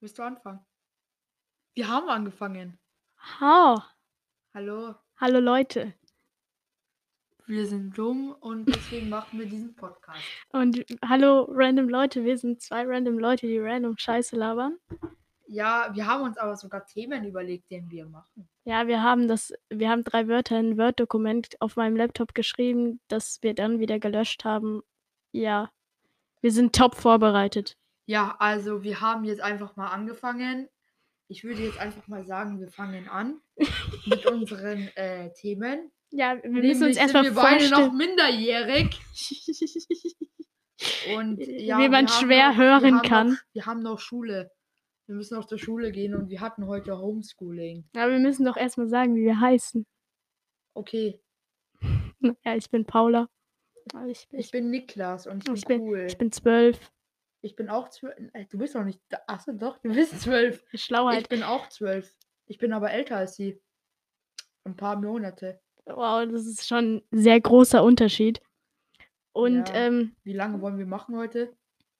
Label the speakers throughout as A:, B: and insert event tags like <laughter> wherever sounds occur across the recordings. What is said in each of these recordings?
A: Willst du anfangen? Wir haben angefangen.
B: Hau.
A: Hallo,
B: Hallo Leute.
A: wir sind dumm und deswegen machen wir diesen Podcast.
B: Und hallo random Leute. Wir sind zwei random Leute, die random Scheiße labern.
A: Ja, wir haben uns aber sogar Themen überlegt, den wir machen.
B: Ja, wir haben das, wir haben drei Wörter in ein Word-Dokument auf meinem Laptop geschrieben, das wir dann wieder gelöscht haben. Ja. Wir sind top vorbereitet.
A: Ja, also wir haben jetzt einfach mal angefangen. Ich würde jetzt einfach mal sagen, wir fangen <laughs> an mit unseren äh, Themen.
B: Ja, wir müssen uns
A: Nämlich
B: erstmal
A: sind wir beide noch
B: vorstellen.
A: minderjährig
B: <laughs>
A: und ja,
B: Wie man
A: wir haben
B: schwer
A: noch, wir
B: hören
A: haben
B: kann.
A: Noch, wir haben noch Schule. Wir müssen noch zur Schule gehen und wir hatten heute Homeschooling.
B: Aber wir müssen doch erstmal sagen, wie wir heißen. <laughs>
A: Okay,
B: Ja, ich bin Paula. Ich,
A: ich
B: ich,
A: bin Niklas und ich bin,
B: ich bin-
A: cool.
B: ich bin zwölf.
A: Ich bin auch zwölf. Du bist doch nicht. Achso, doch, du bist <laughs> zwölf. Ich
B: Schlauheit.
A: bin auch zwölf. Ich bin aber älter als sie. Ein paar Monate.
B: Wow, das ist schon ein sehr großer Unterschied. Und
A: Ja.
B: ähm,
A: Wie lange wollen wir machen heute?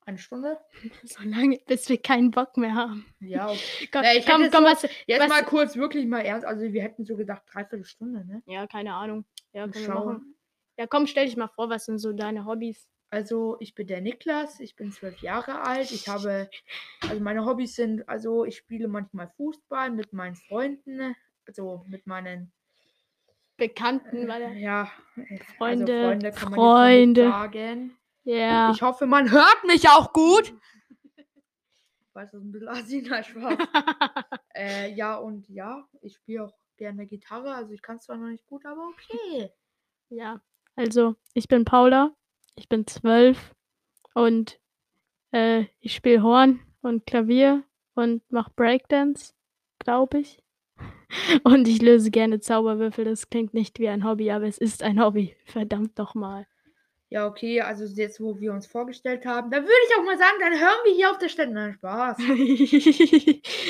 A: Eine Stunde?
B: so lange, bis wir keinen Bock mehr haben.
A: Ja,
B: <laughs>
A: okay.
B: Komm,
A: Ja, ich
B: komm,
A: hätte
B: komm,
A: so-
B: was,
A: Jetzt
B: Was-
A: mal kurz, wirklich mal ernst. Also, wir hätten so gedacht, dreiviertel Stunde, ne?
B: Ja, keine Ahnung. Ja,
A: Mal
B: können wir
A: schauen.
B: machen. Ja, komm, stell dich mal vor, was sind so deine Hobbys?
A: Also, ich bin der Niklas, ich bin zwölf Jahre alt. Ich habe, also meine Hobbys sind, also ich spiele manchmal Fußball mit meinen Freunden, also mit meinen,
B: Bekannten, weil er-
A: Äh, ja,
B: Freunde,
A: also Freunde kann man jetzt
B: Freunde.
A: nicht sagen.
B: Ja. <laughs>
A: Ich hoffe, man hört mich auch gut. Weiß das ist ein bisschen asiner Spaß.
B: <laughs>
A: äh, ja, und ja, ich spiele auch gerne Gitarre. Also ich kann es zwar noch nicht gut, aber okay.
B: ja. Also, ich bin Paula, ich bin zwölf und äh, ich spiele Horn und Klavier und mache Breakdance, glaube ich. <laughs> Und ich löse gerne Zauberwürfel. Das klingt nicht wie ein Hobby, aber es ist ein Hobby. Verdammt doch mal.
A: Ja, okay, also jetzt, wo wir uns vorgestellt haben, dann würde ich auch mal sagen, dann hören wir hier auf der Stelle. Nein,
B: <laughs>
A: Spaß.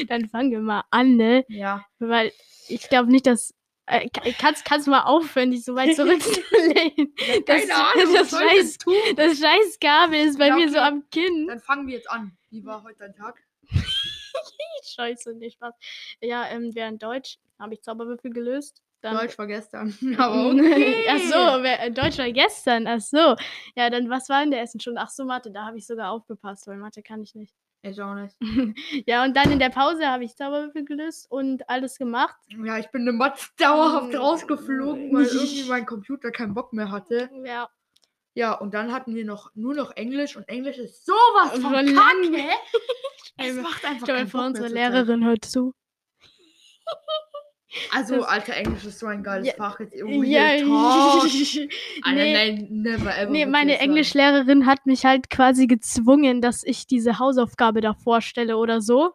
B: Dann fangen wir mal an, ne?
A: Ja.
B: Weil ich glaube nicht, dass. Äh, ka- kannst, kannst du mal aufhören, dich so
A: <laughs>
B: weit zurückzulehnen?
A: ja
B: <laughs> Das- das
A: soll ich denn
B: weiß- <laughs>
A: tun?
B: Das scheiß Gabel ist bei
A: Ja,
B: mir so
A: okay.
B: am Kinn.
A: Dann fangen wir jetzt an. Wie war heute dein Tag?
B: Scheiße, nicht Spaß. Ja, ähm, während Deutsch habe ich Zauberwürfel gelöst. Dann, <laughs>
A: Deutsch war gestern. <laughs> aber okay.
B: Ach so, wer- äh, Deutsch war gestern. Ach so. Ja, dann was war in der ersten Stunde? Ach so, Mathe, da habe ich sogar aufgepasst, weil Mathe kann ich nicht.
A: Ich auch nicht.
B: Ja, und dann in der Pause habe ich Zauberwürfel gelöst und alles gemacht.
A: Ja, ich bin eine Matz dauerhaft
B: Mm.
A: rausgeflogen, weil irgendwie mein Computer keinen Bock mehr hatte.
B: Ja,
A: Ja, und dann hatten wir noch nur noch Englisch und Englisch ist sowas von
B: Von
A: Kacke. <laughs> Es
B: Ey,
A: macht einfach
B: Also, Ich glaube,
A: keinen
B: vor
A: Bock mehr
B: unsere
A: zurzeit.
B: Lehrerin hört zu.
A: Also,
B: das-
A: Alter, Englisch ist so ein geiles
B: Ja,
A: Fach. Jetzt irgendwie ja, Talk.
B: <laughs>
A: Alter,
B: nee,
A: nein, never ever.
B: nee,
A: wird
B: meine
A: jetzt sein.
B: Englischlehrerin hat mich halt quasi gezwungen, dass ich diese Hausaufgabe da vorstelle oder so.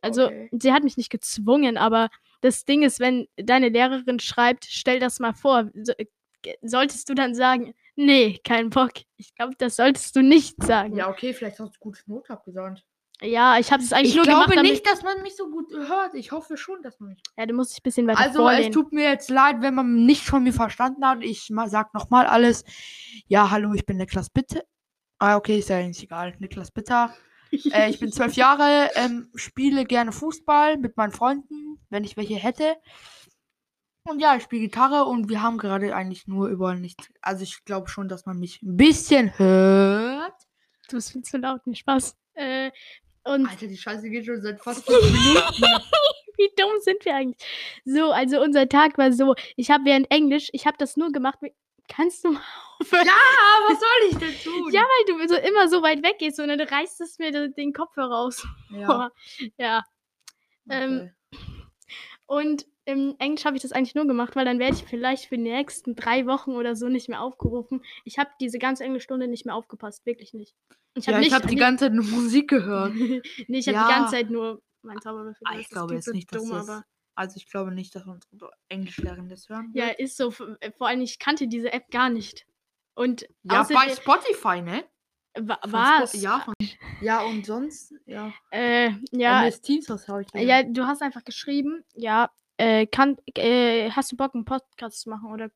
B: Also,
A: Okay.
B: sie hat mich nicht gezwungen, aber das Ding ist, wenn deine Lehrerin schreibt, stell das mal vor, so, äh, solltest du dann sagen, nee, kein Bock. Ich glaube, das solltest du nicht sagen.
A: Ja, okay, vielleicht hast du gute Note abgesaugt.
B: Ja, ich habe es eigentlich nur gemacht, damit-
A: dass man mich so gut hört. Ich hoffe schon, dass man mich.
B: Ja, du musst dich ein bisschen weiter
A: Also,
B: vorlehnen.
A: es tut mir jetzt leid, wenn man nicht von mir verstanden hat. Ich ma- sag nochmal alles. Ja, hallo, ich bin Niklas Bitte. Ah, okay, ist ja eigentlich egal. Niklas <laughs> Bitter. Äh, ich bin zwölf Jahre, ähm, spiele gerne Fußball mit meinen Freunden, wenn ich welche hätte. Und ja, ich spiele Gitarre und wir haben gerade eigentlich nur über nichts. Also ich glaube schon, dass man mich ein bisschen hört.
B: Du bist viel zu laut, nicht Spaß. Äh, und
A: Alter, die Scheiße geht schon seit fast <laughs> fünf Minuten.
B: Wie dumm sind wir eigentlich? So, also unser Tag war so. Ich habe während Englisch, ich habe das nur gemacht. wie- Kannst du mal aufhören?
A: Ja, was soll ich denn tun?
B: Ja, weil du so immer so weit weg gehst und dann reißt es mir den- den Kopfhörer raus.
A: ja
B: Ja. ähm, Und im Englisch habe ich das eigentlich nur gemacht, weil dann werde ich vielleicht für die nächsten drei Wochen oder so nicht mehr aufgerufen. Ich habe diese ganze Englischstunde nicht mehr aufgepasst, wirklich nicht. Ich
A: ja,
B: habe
A: ich
B: nicht
A: habe die ganze Zeit nur Musik
B: <laughs>
A: gehört.
B: nee, ich habe
A: Ja.
B: die ganze Zeit nur mein Zauberwürfel.
A: Ah,
B: benutzt.
A: ich
B: Das
A: glaube
B: klingt
A: jetzt
B: so
A: nicht, dass
B: dumm,
A: das-
B: aber
A: Also ich glaube nicht, dass unsere Englischlehrerin das hören
B: Ja,
A: wird.
B: ist so. Vor vor allem, ich kannte diese App gar nicht. Und
A: Ja,
B: außerdem-
A: bei Spotify, ne?
B: Wa-
A: Von
B: Was?
A: Spo-
B: <laughs>
A: Ja, von, ja, und sonst, ja.
B: Äh, ja,
A: MS Teams, was habe ich gelernt.
B: ja, du hast einfach geschrieben, ja, äh, kann, äh, hast du Bock, einen Podcast zu machen oder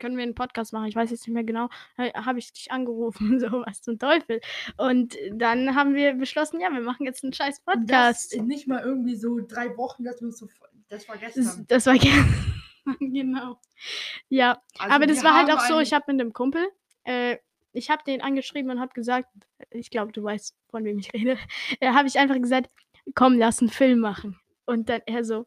B: können wir einen Podcast machen? Ich weiß jetzt nicht mehr genau. Ha- Habe ich dich angerufen? <laughs> So, was zum Teufel? Und dann haben wir beschlossen, ja, wir machen jetzt einen scheiß
A: Und das
B: Podcast.
A: in nicht mal irgendwie so drei Wochen, dass wir uns so das vergessen
B: Das,
A: haben.
B: das war <laughs> ge- genau. Ja,
A: Also
B: aber das
A: wir
B: war halt
A: haben
B: auch so,
A: einen-
B: ich habe mit dem Kumpel, äh, ich habe den angeschrieben und habe gesagt, ich glaube, du weißt, von wem ich rede, <laughs> äh, habe ich einfach gesagt, komm, lass einen Film machen. Und dann er so,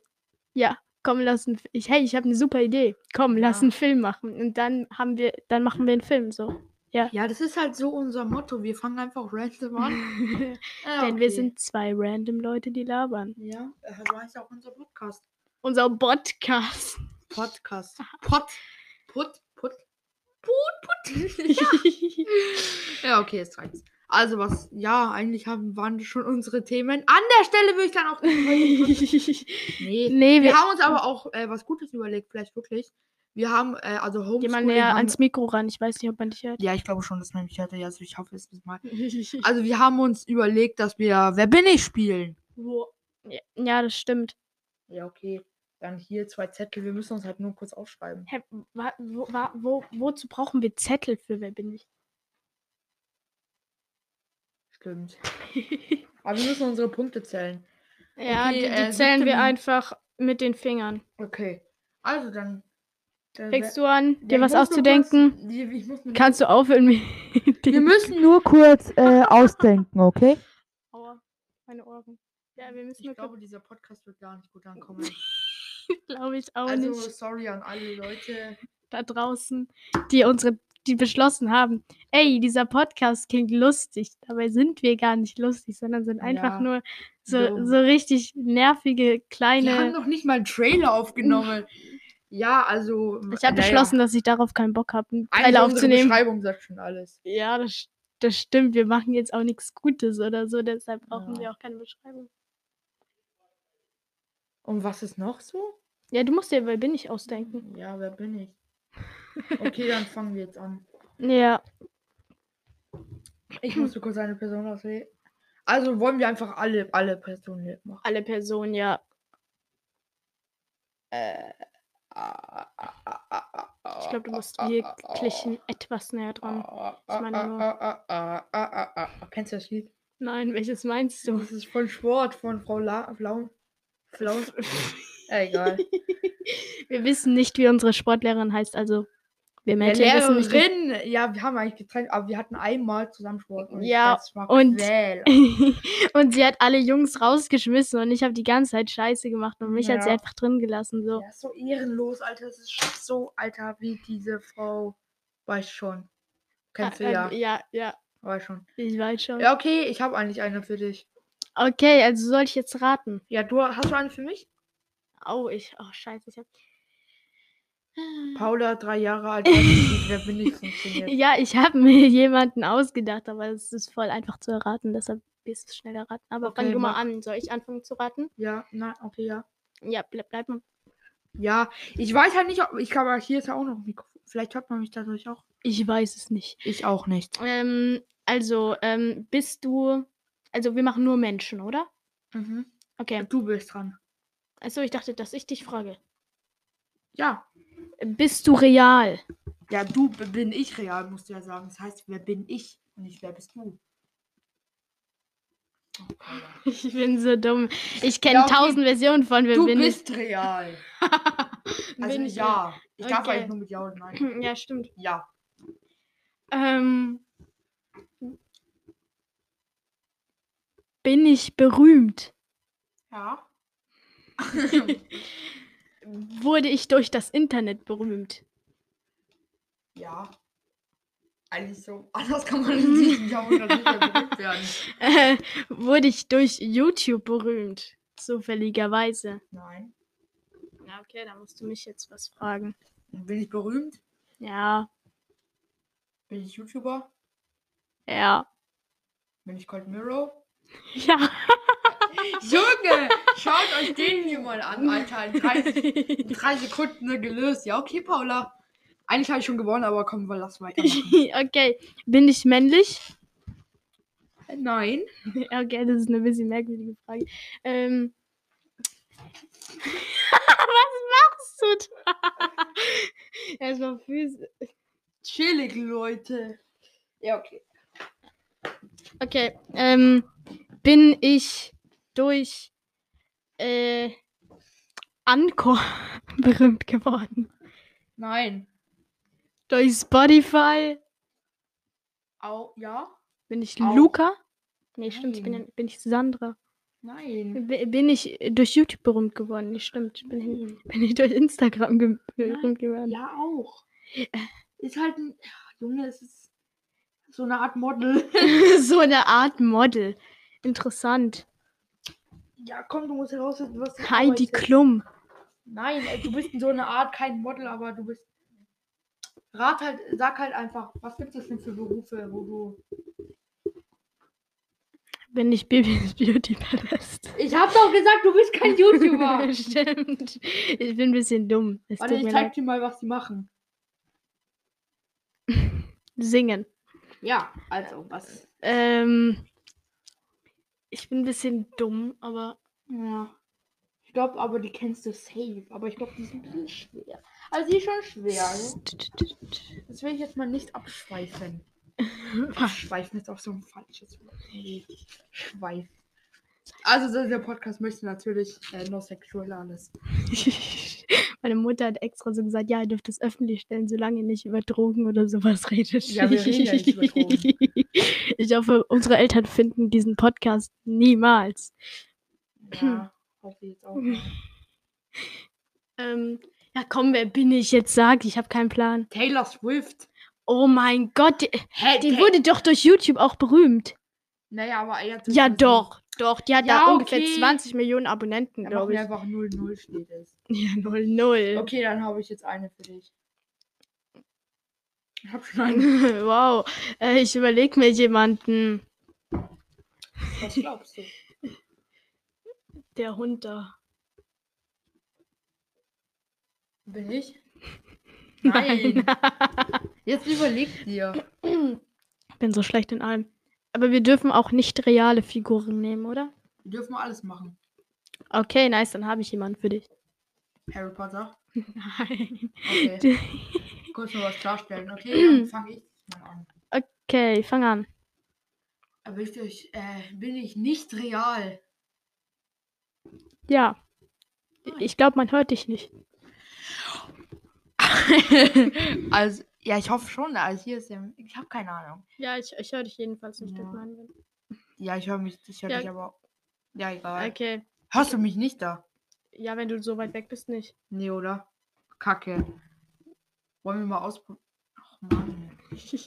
B: ja, komm, lass einen, F- ich, hey, ich habe eine super Idee, komm, lass
A: Ja.
B: einen Film machen. Und dann haben wir, dann machen wir einen Film so.
A: Ja, das ist halt so unser Motto. Wir fangen einfach random an.
B: Mhm. <laughs> Denn
A: Ah,
B: wir
A: okay.
B: sind zwei random Leute, die labern.
A: Ja, äh, so heißt ja auch unser
B: <laughs>
A: Podcast.
B: Unser Podcast.
A: Podcast. Pod. Put. Put. Put. Put.
B: <laughs> <laughs>
A: <laughs>
B: Ja.
A: Ja, okay, jetzt reicht's. Also was, ja, eigentlich haben, waren das schon unsere Themen. An der Stelle würde ich dann auch. Nee.
B: <laughs> nee,
A: Wir
B: wir,
A: haben uns aber auch äh, was Gutes überlegt, vielleicht wirklich. Wir haben, äh, also Homeschooling.
B: geh mal näher
A: haben,
B: ans Mikro ran, ich weiß nicht, ob man
A: <laughs>
B: dich hört.
A: ja, ich glaube schon, dass man mich hatte. Ja, also ich hoffe es diesmal. Also wir haben uns überlegt, dass wir Wer bin ich spielen.
B: Wo- Ja, ja, das stimmt.
A: Ja, okay. Dann hier zwei Zettel. Wir müssen uns halt nur kurz aufschreiben.
B: Hä, wa, wo, wa, wo, wozu brauchen wir Zettel für Wer
A: <laughs>
B: bin ich?
A: Stimmt. Aber wir müssen unsere Punkte zählen.
B: ja,
A: Okay,
B: die, die
A: äh,
B: zählen wir
A: siebte-
B: einfach mit den Fingern.
A: Okay. Also dann. äh,
B: Fängst du an, dir was auszudenken?
A: auszudenken? ich muss nur
B: Kannst du aufhören mit
A: <laughs> Wir müssen nur kurz äh, ausdenken, okay?
B: Aua, meine Ohren. Ja, wir müssen
A: Ich
B: nur
A: glaube, dieser Podcast wird gar nicht gut ankommen.
B: glaube ich auch
A: Also,
B: nicht
A: sorry an alle Leute.
B: da draußen, die unsere die beschlossen haben, ey, dieser Podcast klingt lustig. Dabei sind wir gar nicht lustig, sondern sind einfach
A: Ja,
B: nur so,
A: dumm.
B: so richtig nervige
A: Wir haben
B: kleine
A: noch nicht mal einen Trailer aufgenommen. Ja, also.
B: Ich habe
A: naja,
B: beschlossen, dass ich darauf keinen Bock habe, einen
A: eigentlich
B: Teil
A: unsere
B: aufzunehmen.
A: Beschreibung sagt schon alles.
B: Ja, das, st- das stimmt. Wir machen jetzt auch nichts Gutes oder so, deshalb brauchen
A: Ja.
B: wir auch keine Beschreibung.
A: Und was ist noch so?
B: Ja, du musst dir Wer bin ich ausdenken.
A: Ja, wer bin ich? Okay, dann fangen wir jetzt an.
B: Ja,
A: Ich muss so kurz eine Person auswählen. Also wollen wir einfach alle, alle Personen machen.
B: alle Personen, ja. Ich
A: Ich
B: glaube, du musst
A: ah,
B: wirklich n- etwas näher dran. Ich meine nur-
A: ah, Kennst du das Lied?
B: Nein, welches meinst du?
A: Das ah. ist von Sport, von Frau La Flau. Flau. <laughs> Egal.
B: Wir wissen nicht, wie unsere Sportlehrerin heißt, also wir
A: Der
B: Mädchen wissen nicht. wie-
A: Lehrerin, ja, wir haben eigentlich getrennt, aber wir hatten einmal zusammen Sport.
B: Ja,
A: das war
B: und- <laughs>
A: Quäl.
B: und sie hat alle Jungs rausgeschmissen und ich habe die ganze Zeit Scheiße gemacht und mich hat sie
A: Ja.
B: einfach drin gelassen. So.
A: Ja, ist so ehrenlos, Alter. Das ist so, Alter, wie diese Frau. Weiß schon. Kennst du
B: Ä- äh,
A: ja.
B: Ja, ja,
A: Weiß schon.
B: ich weiß schon.
A: Ja, okay, ich habe eigentlich eine für dich.
B: Okay, also soll ich jetzt raten?
A: Ja, du hast du eine für mich?
B: Oh, ich. Oh, scheiße. Ich hab...
A: Paula, drei Jahre alt, weiß nicht, wer bin ich funktioniert.
B: Mhm. <laughs> Ja, ich habe mir jemanden ausgedacht, aber es ist voll einfach zu erraten, deshalb wirst du es schneller raten. Aber
A: Okay,
B: fang du mal
A: mach.
B: an. Soll ich anfangen zu raten?
A: Ja, nein, okay, ja.
B: Ja, bleib, bleib mal.
A: Ja, ich weiß halt nicht, ob. Ich glaube, hier ist ja auch noch ein Mikrofon. Vielleicht hört man mich dadurch auch.
B: Ich weiß es nicht.
A: Ich auch nicht.
B: Ähm, also, ähm, bist du. Also, wir machen nur Menschen, oder?
A: Mhm.
B: Okay.
A: Du bist dran.
B: Achso, ich dachte, dass ich dich frage.
A: Ja.
B: Bist du real?
A: Ja, du b- bin ich real, musst du ja sagen. Das heißt, wer bin ich und nicht wer bist du. Oh, Paula.
B: <laughs> Ich bin so dumm. Ich kenne
A: Ja, okay.
B: tausend Versionen von Wer
A: Du
B: bin ich.
A: bist <laughs> real. Also
B: Bin ich
A: ja. Ich darf
B: Okay.
A: eigentlich nur mit Ja und Nein.
B: <clears throat> Ja, stimmt.
A: Ja.
B: Ähm, bin ich berühmt?
A: Ja.
B: Wurde ich durch das Internet berühmt?
A: ja. Eigentlich so. <laughs> Anders kann man in <laughs> diesem Jahrhundert nicht mehr berühmt werden.
B: Äh, wurde ich durch YouTube berühmt? Zufälligerweise.
A: Nein.
B: Ja, okay, da musst du mich jetzt was fragen.
A: Bin ich berühmt?
B: Ja,
A: Bin ich YouTuber?
B: ja,
A: Bin ich Cold Mirror?
B: ja. <laughs>
A: Junge, schaut euch <laughs> den hier mal an, Alter. In drei, in drei Sekunden ne, gelöst. Ja, okay, Paula. Eigentlich habe ich schon gewonnen, aber komm, wir lass <laughs> weitermachen.
B: okay, bin ich männlich?
A: Nein.
B: Okay, das ist eine bisschen merkwürdige Frage. Ähm, <laughs> Was machst du da? <laughs> Erstmal Füße.
A: Chillig, Leute. Ja, okay.
B: Okay, ähm, bin ich durch äh, Anchor <laughs> berühmt geworden?
A: Nein.
B: Durch Spotify?
A: Au, ja?
B: Bin ich
A: Auch.
B: Luca? Nee, stimmt, ich bin,
A: Nein.
B: ja- bin ich Sandra.
A: Nein.
B: B- Bin ich äh, durch YouTube berühmt geworden? Nee, stimmt. Bin, ich- bin ich durch Instagram ge berühmt geworden?
A: Ja, auch. Ist halt ein. Junge, es ist so eine Art Model. <laughs>
B: <laughs> so eine Art Model. Interessant.
A: Ja, komm, du musst herausfinden, was. das
B: Heidi
A: bedeutet.
B: Klum.
A: Nein, ey, du bist in so einer Art kein Model, aber du bist. Rat halt, sag halt einfach, was gibt es denn für Berufe, wo du.
B: Bin ich Bibis <laughs> Beauty Palace.
A: Ich hab doch gesagt, du bist kein <laughs> YouTuber.
B: <laughs> Stimmt. Ich bin ein bisschen dumm. Es
A: Warte,
B: tut
A: ich
B: mir
A: zeig
B: leid.
A: dir mal, was die machen.
B: Singen.
A: Ja,
B: Äh,
A: also, was.
B: Ähm, ich bin ein bisschen dumm, aber
A: Ja. Ich glaube aber, die kennst du safe. Aber ich glaube, die sind ein bisschen schwer. Also, die ist schon schwer.
B: <laughs>
A: Ne? Das will ich jetzt mal nicht abschweifen. Abschweifen ist auch so ein falsches Wort. Schweif. Also, dieser Podcast möchte natürlich äh, no sexual
B: <clears throat>
A: alles.
B: <laughs> meine Mutter hat extra so gesagt, ja, ihr dürft es öffentlich stellen, solange ihr nicht über Drogen oder sowas redet.
A: Ja, wir reden ja nicht über Drogen.
B: <laughs> Ich hoffe, unsere Eltern finden diesen Podcast niemals.
A: Ja, hoffe ich jetzt auch. mal.
B: Ähm, ja, komm, wer bin ich jetzt? Sag, ich habe keinen Plan.
A: Taylor Swift.
B: Oh mein Gott, die,
A: Hä,
B: die wurde doch durch YouTube auch berühmt.
A: Naja, aber er hat
B: Ja, doch, doch. Die hat
A: Ja,
B: da
A: okay.
B: ungefähr 20 Millionen Abonnenten,
A: Da machen
B: glaube ich.
A: wir einfach 0-0 steht es.
B: Ja, 0, 0.
A: Okay, dann habe ich jetzt eine für dich. Ich habe schon <laughs> eine.
B: <laughs> wow, äh, ich überlege mir jemanden.
A: Was glaubst du?
B: Der Hund da.
A: Bin ich? <laughs> Nein. <laughs> Jetzt überleg dir.
B: Ich bin so schlecht in allem. Aber wir dürfen auch nicht reale Figuren nehmen, oder?
A: Wir dürfen alles machen.
B: Okay, nice, dann habe ich jemanden für dich.
A: Harry Potter.
B: Nein.
A: <laughs> Okay. Kurz mal was klarstellen. Okay, <clears throat> dann fange ich mal an.
B: Okay, fang an.
A: Aber ich durch, äh, bin ich nicht real.
B: Ja. Ich glaube, man hört dich nicht.
A: <laughs> also, ja, ich hoffe schon. Also hier ist ja, ich habe keine Ahnung.
B: Ja, ich, ich höre dich jedenfalls
A: nicht, Ja. das
B: meinen
A: Ja, ich höre mich, ich höre
B: Ja.
A: dich aber. Ja, egal.
B: Okay.
A: Hörst du mich nicht da?
B: Ja, wenn du so weit weg bist, nicht. <laughs>
A: Nee, oder? Kacke. Wollen wir mal ausprobieren? Ach Mann.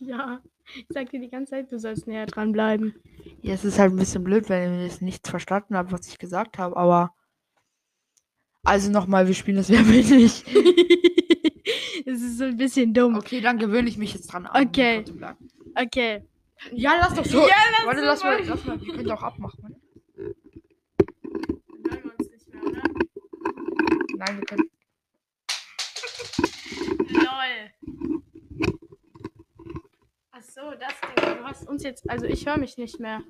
B: ja. Ich sag dir die ganze Zeit, du sollst näher dran <laughs> bleiben.
A: Ja, es ist halt ein bisschen blöd, wenn ihr jetzt nichts verstanden habt, was ich gesagt habe, aber. Also nochmal, wir spielen <laughs> das wer bin ich.
B: Es ist so ein bisschen dumm.
A: Okay, dann gewöhne ich mich jetzt dran an. um
B: Okay.
A: Gott sei Dank.
B: Okay.
A: Ja, lass doch so.
B: Ja,
A: Warte,
B: so
A: lass mal,
B: machen.
A: lass mal. Wir können doch abmachen. oder? Nein, wir können.
B: Lol. Ach so, das Ding. Du hast uns jetzt. Also, ich höre mich nicht mehr.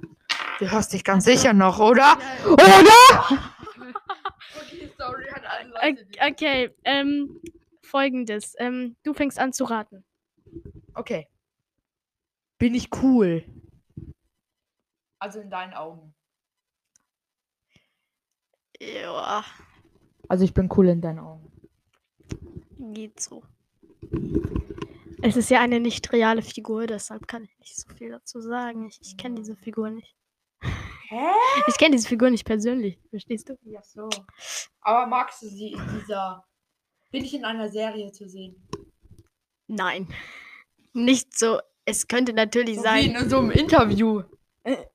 A: Du hörst dich ganz sicher noch, oder?
B: Ja,
A: Oder? okay, sorry, hat alle
B: o- Okay, ähm, folgendes. Ähm, du fängst an zu raten.
A: Okay. Bin ich cool? Also in deinen Augen.
B: Ja,
A: Also ich bin cool in deinen Augen.
B: geht so. Es ist ja eine nicht reale Figur, deshalb kann ich nicht so viel dazu sagen. Ich, ich kenne diese Figur nicht.
A: Hä?
B: Ich kenne diese Figur nicht persönlich, verstehst du?
A: Ja, so. Aber magst du sie in dieser. Bin ich in einer Serie zu sehen?
B: Nein. Nicht so. Es könnte natürlich
A: So wie
B: sein.
A: in so einem Interview.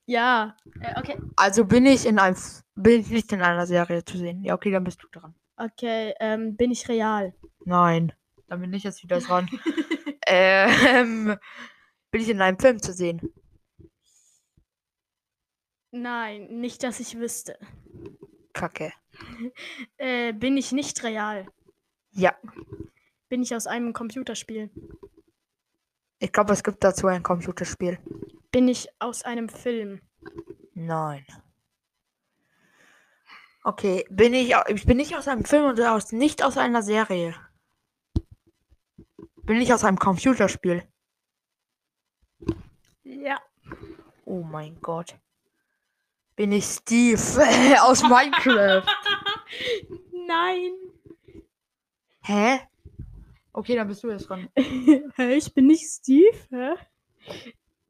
B: Ja. Äh, okay.
A: Also bin ich in einem. Bin ich nicht in einer Serie zu sehen. Ja, okay, dann bist du dran.
B: Okay, ähm, bin ich real?
A: Nein. Dann bin ich jetzt wieder <laughs> dran. ähm. Bin ich in einem Film zu sehen?
B: Nein, nicht, dass ich wüsste.
A: Kacke.
B: Äh, bin ich nicht real?
A: Ja.
B: Bin ich aus einem Computerspiel?
A: Ich glaube, es gibt dazu ein Computerspiel.
B: Bin ich aus einem Film?
A: Nein. Okay, bin ich, au- ich bin nicht aus einem Film und aus, nicht aus einer Serie. Bin ich aus einem Computerspiel.
B: Ja.
A: Oh mein Gott. Bin ich Steve <laughs> aus Minecraft.
B: Nein.
A: Hä? Okay, dann bist du jetzt dran.
B: <laughs> Hä, ich bin nicht Steve. Hä?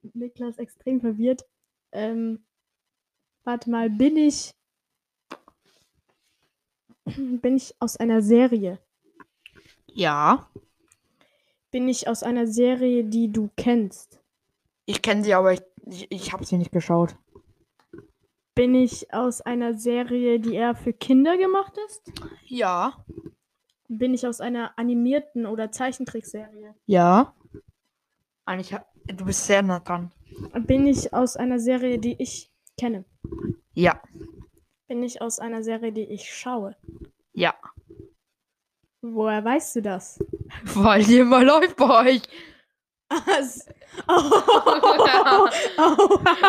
B: Niklas extrem verwirrt. Ähm, warte mal, bin ich. <clears throat> Bin ich aus einer Serie?
A: Ja.
B: Bin ich aus einer Serie, die du kennst?
A: Ich kenne sie, aber ich, ich, ich habe sie nicht geschaut.
B: Bin ich aus einer Serie, die eher für Kinder gemacht ist?
A: Ja.
B: Bin ich aus einer animierten oder Zeichentrickserie?
A: Ja. Eigentlich, ha- du bist sehr nah dran.
B: Bin ich aus einer Serie, die ich kenne?
A: Ja.
B: Bin ich aus einer Serie, die ich schaue?
A: Ja.
B: Woher weißt du das?
A: Weil die immer <laughs> läuft bei euch.
B: <laughs> Was? <laughs> Oh, oh.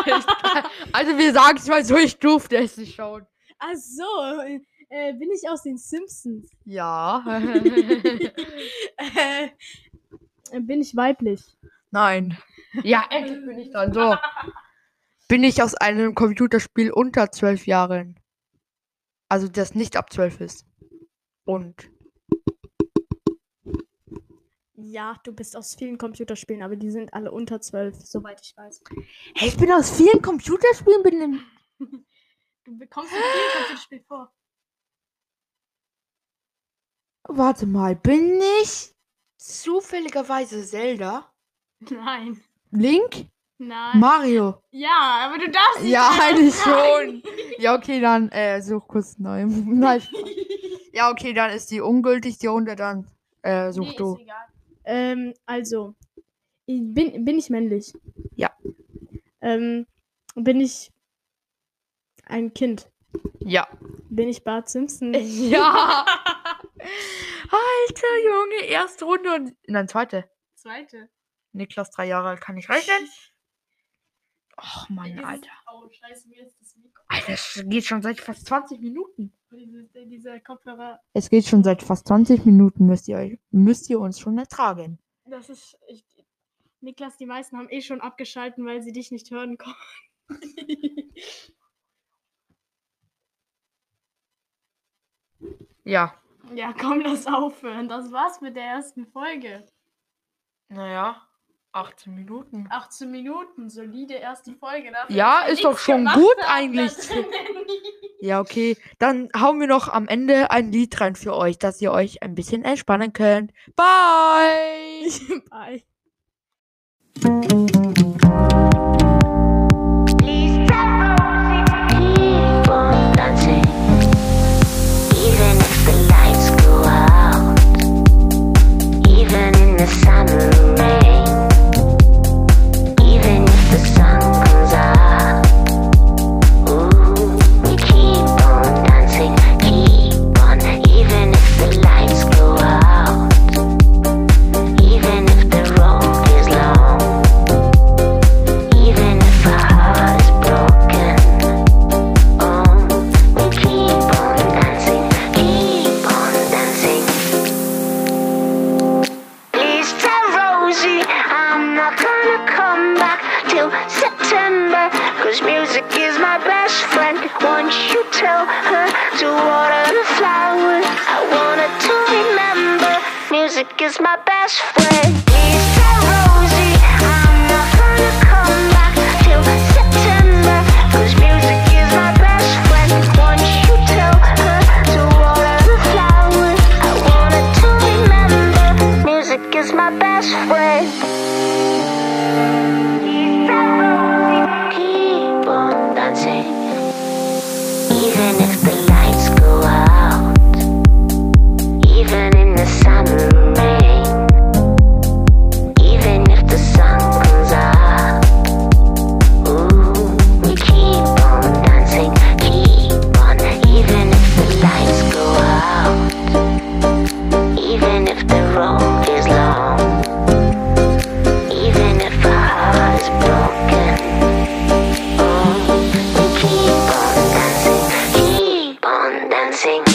A: Ich- also wir sagen es mal so, ich durfte es nicht schauen.
B: Ach so, äh, bin ich aus den <laughs> Simpsons?
A: <laughs> Ja.
B: Äh, bin ich weiblich?
A: Nein. Ja, endlich bin ich dran. So. Bin ich aus einem Computerspiel unter zwölf Jahren? Also das nicht ab zwölf ist. Und
B: Ja, du bist aus vielen Computerspielen, aber die sind alle unter zwölf, soweit ich weiß.
A: Hey, ich bin aus vielen Computerspielen bin im
B: Du bekommst in vielen Computerspielen vor.
A: Warte mal, bin ich zufälligerweise Zelda?
B: <laughs> Nein.
A: Link?
B: Nein.
A: Mario?
B: ja, aber du darfst
A: Ja, <laughs>
B: einfach
A: eigentlich
B: sagen.
A: schon. Ja, okay, dann äh, such kurz neu. <laughs> Nein. Ja, okay, dann ist die ungültig, die Runde, dann äh, such
B: Nee,
A: du.
B: Ist egal. Ähm, also, ich bin, bin ich männlich?
A: Ja.
B: Ähm, bin ich ein Kind?
A: Ja.
B: Bin ich Bart
A: <laughs>
B: Simpson?
A: Ja. Alter Junge, erste Runde und. Nein, zweite.
B: Zweite.
A: Niklas, drei Jahre alt, kann ich rechnen. Och, Mann, Alter.
B: Oh, scheiße, mir ist das Mikro.
A: Alter, das geht schon seit fast 20 Minuten.
B: Diese, dieser Kopfhörer,
A: Es geht schon seit fast 20 Minuten, müsst ihr, euch, müsst ihr uns schon ertragen.
B: das ist. Ich, Niklas, die meisten haben eh schon abgeschalten, weil sie dich nicht hören konnten. <laughs>
A: Ja.
B: ja, komm, lass aufhören. Das war's mit der ersten Folge.
A: Naja, 18 Minuten.
B: 18 Minuten, solide erste Folge. Dafür,
A: Ja,
B: dass wir
A: ist doch
B: nichts
A: schon
B: gemacht
A: gut
B: haben da
A: eigentlich.
B: drinnen.
A: Ja, okay. Dann hauen wir noch am Ende ein Lied rein für euch, dass ihr euch ein bisschen entspannen könnt. Bye!
B: Bye.
C: Please keep on dancing, even if the lights go out, even in the summer rain, even if the sun comes out. Ooh, we keep on dancing, keep on, even if the lights go out, even if the road is long. Even if our heart is broken, oh, we keep on dancing, keep on dancing. Please tell Rosie I'm not gonna come back till September. Cause music is my best friend. Won't you tell her to water the flowers? I want her to remember. Music is my best friend. Please tell Rosie I'm not gonna come back till September. Cause music is my best friend. Won't you tell her to water the flowers? I want her to remember. Music is my best friend. Keep on dancing, even if the lights go out, even in the summer rain, Oh. dancing.